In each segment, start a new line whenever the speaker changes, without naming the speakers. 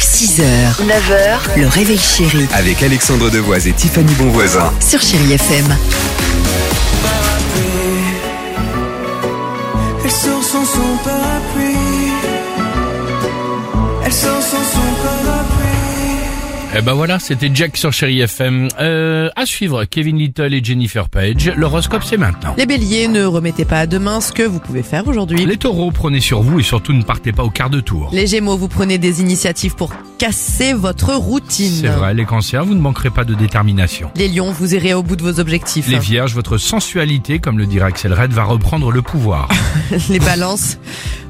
6h, 9h, le réveil chéri
Avec Alexandre Devoise et Tiffany Bonvoisin.
sur Chéri FM.
Elle sort sans son parapluie. Elle sort sans son parapluie.
Eh ben voilà, c'était Jack sur Chéri FM. Euh, à suivre, Kevin Little et Jennifer Page. L'horoscope, c'est maintenant.
Les béliers, ne remettez pas à demain ce que vous pouvez faire aujourd'hui.
Les taureaux, prenez sur vous et surtout ne partez pas au quart de tour.
Les gémeaux, vous prenez des initiatives pour casser votre routine.
C'est vrai, les cancers, vous ne manquerez pas de détermination.
Les lions, vous irez au bout de vos objectifs.
Les vierges, votre sensualité, comme le dirait Axel Red, va reprendre le pouvoir.
Les balances,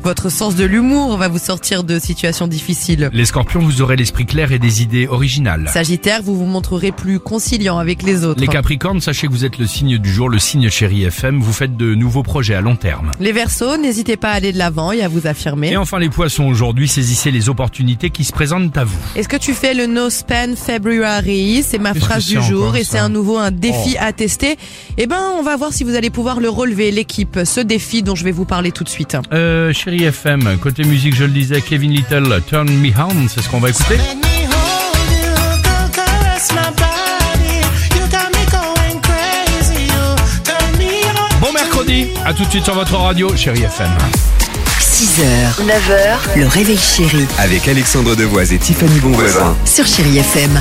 votre sens de l'humour va vous sortir de situations difficiles.
Les scorpions, vous aurez l'esprit clair et des idées originales.
Sagittaire, vous vous montrerez plus conciliant avec les autres.
Les capricornes, sachez que vous êtes le signe du jour, le signe Chéri FM. Vous faites de nouveaux projets à long terme.
Les versos, n'hésitez pas à aller de l'avant et à vous affirmer.
Et enfin, les poissons, aujourd'hui, saisissez les opportunités qui se présentent à vous.
Est-ce que tu fais le No Span February C'est ma
Qu'est-ce que
phrase
c'est
du jour
encore,
et
ça Oh.
c'est un nouveau un défi à tester. Eh ben, on va voir si vous allez pouvoir le relever, l'équipe, ce défi dont je vais vous parler tout de suite.
Euh, chérie FM, côté musique, je le disais, Kevin Little, Turn Me On, c'est ce qu'on va écouter.
Let me hold you, go caress my body. You got me going crazy. You turn me on.
Bon mercredi, à tout de suite sur votre radio, chérie FM.
6h, 9h, le réveil chéri
Avec Alexandre Devoise et Tiffany Bonvoisin.
sur Chéri FM.